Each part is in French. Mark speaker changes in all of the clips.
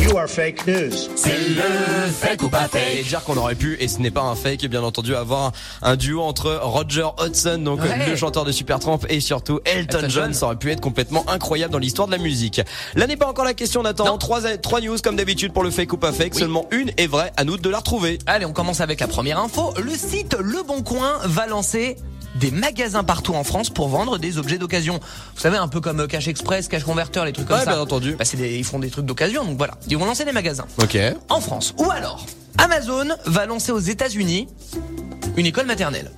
Speaker 1: You are fake news.
Speaker 2: C'est le fake ou pas
Speaker 3: Et
Speaker 2: fake
Speaker 3: dire qu'on aurait pu, et ce n'est pas un fake, bien entendu, avoir un duo entre Roger Hodgson, donc
Speaker 2: Ouais.
Speaker 3: le chanteur de Supertramp, et surtout Elton,
Speaker 2: Elton
Speaker 3: John.
Speaker 2: John.
Speaker 3: Ça aurait pu être complètement incroyable dans l'histoire de la musique. Là n'est pas encore la question, Nathan.
Speaker 2: Non.
Speaker 3: Trois, trois news comme d'habitude pour le fake ou pas fake.
Speaker 2: Oui.
Speaker 3: Seulement une est vraie. À nous de la retrouver.
Speaker 2: Allez, on commence avec la première info. Le site Le Bon Coin va lancer des magasins partout en France pour vendre des objets d'occasion. Vous savez, un peu comme euh, Cash Express, Cash Converter, les trucs comme
Speaker 3: Ouais,
Speaker 2: ça.
Speaker 3: bien entendu.
Speaker 2: Bah, c'est des- ils font des trucs d'occasion, donc voilà. Ils vont lancer des magasins.
Speaker 3: Ok.
Speaker 2: En France. Ou alors, Amazon va lancer aux États-Unis une école maternelle.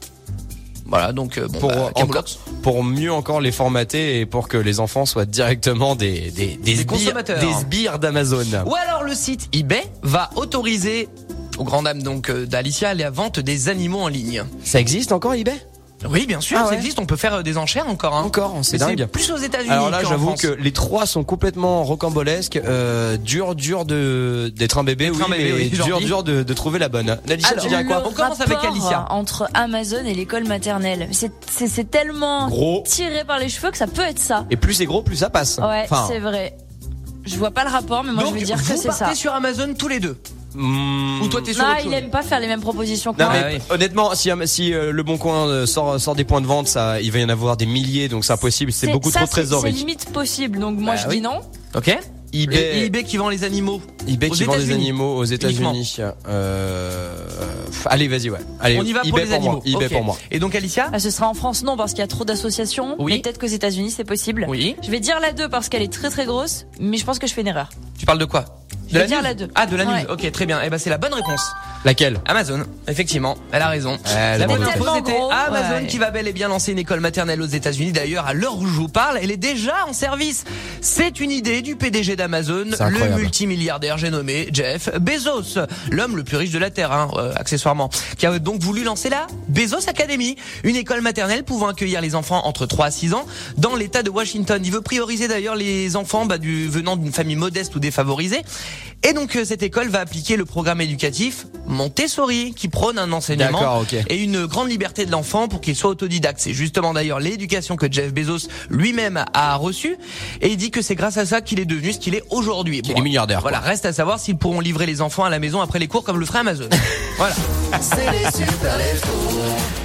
Speaker 2: Voilà, donc euh, bon,
Speaker 3: Pour,
Speaker 2: bah,
Speaker 3: encore,
Speaker 2: Camoulox.
Speaker 3: pour mieux encore les formater et pour que les enfants soient directement des, des, des, sbires,
Speaker 2: consommateurs.
Speaker 3: des sbires d'Amazon.
Speaker 2: Ou alors le site eBay va autoriser aux grandes dames donc euh, d'Alicia la vente des animaux en ligne.
Speaker 3: Ça existe encore eBay
Speaker 2: Oui, bien sûr,
Speaker 3: Ah
Speaker 2: ça
Speaker 3: ouais.
Speaker 2: existe. On peut faire euh, des enchères encore. hein.
Speaker 3: Encore, c'est
Speaker 2: Mais
Speaker 3: dingue.
Speaker 2: Plus aux États-Unis.
Speaker 3: Alors là,
Speaker 2: qu'en
Speaker 3: j'avoue
Speaker 2: France.
Speaker 3: que les trois sont complètement rocambolesques. Euh, dur, dur de d'être un bébé, oui,
Speaker 2: un bébé,
Speaker 3: mais
Speaker 2: oui, j'en
Speaker 3: dur,
Speaker 2: dis.
Speaker 3: dur de, de trouver la bonne. Nalicia,
Speaker 2: Alors,
Speaker 3: tu dirais quoi
Speaker 2: On commence avec
Speaker 4: rapport
Speaker 2: Alicia.
Speaker 4: Entre Amazon et l'école maternelle. C'est- C'est c'est tellement
Speaker 3: Gros.
Speaker 4: tiré par les cheveux que ça peut être ça.
Speaker 3: Et plus c'est gros, plus ça passe.
Speaker 4: Ouais,
Speaker 3: Enfin,
Speaker 4: c'est vrai. Je vois pas le rapport, mais moi
Speaker 2: donc,
Speaker 4: je vais dire
Speaker 2: vous
Speaker 4: que c'est
Speaker 2: partez
Speaker 4: ça.
Speaker 2: sur Amazon tous les deux.
Speaker 3: hmm,
Speaker 2: Ou toi, t'es sur
Speaker 4: Non,
Speaker 2: autre
Speaker 4: il
Speaker 2: chose.
Speaker 4: aime pas faire les mêmes propositions que
Speaker 3: Non
Speaker 4: moi.
Speaker 3: mais
Speaker 2: Ah oui.
Speaker 3: honnêtement, si, si euh, le Bon Coin euh, sort, sort des points de vente, ça, il va y en avoir des milliers, donc c'est impossible. C'est beaucoup
Speaker 4: ça,
Speaker 3: trop de
Speaker 4: C'est
Speaker 3: trésorerie.
Speaker 4: limite possible, donc moi
Speaker 2: Bah
Speaker 4: je
Speaker 2: oui.
Speaker 4: dis non.
Speaker 2: Ok.
Speaker 3: eBay,
Speaker 2: Et eBay qui vend les animaux.
Speaker 3: eBay
Speaker 2: aux
Speaker 3: qui vend des
Speaker 2: États-Unis.
Speaker 3: animaux aux États-Unis. Euh, pff, allez, vas-y, ouais. Allez,
Speaker 2: On y va pour
Speaker 3: eBay
Speaker 2: les animaux.
Speaker 3: moi. eBay
Speaker 2: Ok.
Speaker 3: pour moi.
Speaker 2: Et donc Alicia.
Speaker 4: Ah, ce sera en France, non, parce qu'il y a trop d'associations.
Speaker 2: Oui.
Speaker 4: Mais peut-être qu'aux États-Unis c'est possible.
Speaker 2: Oui.
Speaker 4: Je vais dire la 2 parce qu'elle est très très grosse, mais je pense que je fais une erreur.
Speaker 2: Tu parles de quoi
Speaker 4: Je
Speaker 2: De
Speaker 4: vais dire
Speaker 2: news
Speaker 4: la deux.
Speaker 2: Ah, de la news.
Speaker 4: Ouais.
Speaker 2: Ok, très bien. Eh ben, c'est la bonne réponse.
Speaker 3: Laquelle
Speaker 2: Amazon, effectivement, elle a raison.
Speaker 3: elle a
Speaker 2: la bonne
Speaker 3: raison.
Speaker 2: info, c'était
Speaker 4: Tellement gros,
Speaker 2: Amazon
Speaker 4: ouais.
Speaker 2: qui va bel et bien lancer une école maternelle aux États-Unis. D'ailleurs, à l'heure où je vous parle, elle est déjà en service. C'est une idée du PDG d'Amazon,
Speaker 3: C'est
Speaker 2: le
Speaker 3: incroyable.
Speaker 2: multimilliardaire j'ai nommé Jeff Bezos, l'homme le plus riche de la terre, hein, euh, accessoirement, qui a donc voulu lancer la Bezos Academy, une école maternelle pouvant accueillir les enfants entre 3 à 6 ans dans l'État de Washington. Il veut prioriser d'ailleurs les enfants bah, du, venant d'une famille modeste ou défavorisée. Et donc euh, cette école va appliquer le programme éducatif Montessori, qui prône un enseignement
Speaker 3: D'accord, ok.
Speaker 2: et une grande liberté de l'enfant pour qu'il soit autodidacte. C'est justement d'ailleurs l'éducation que Jeff Bezos lui-même a reçue et il dit que c'est grâce à ça qu'il est devenu ce qu'il est aujourd'hui.
Speaker 3: Qu'il est milliardaire,
Speaker 2: Voilà, reste à savoir s'ils pourront livrer les enfants à la maison après les cours comme le ferait Amazon. voilà.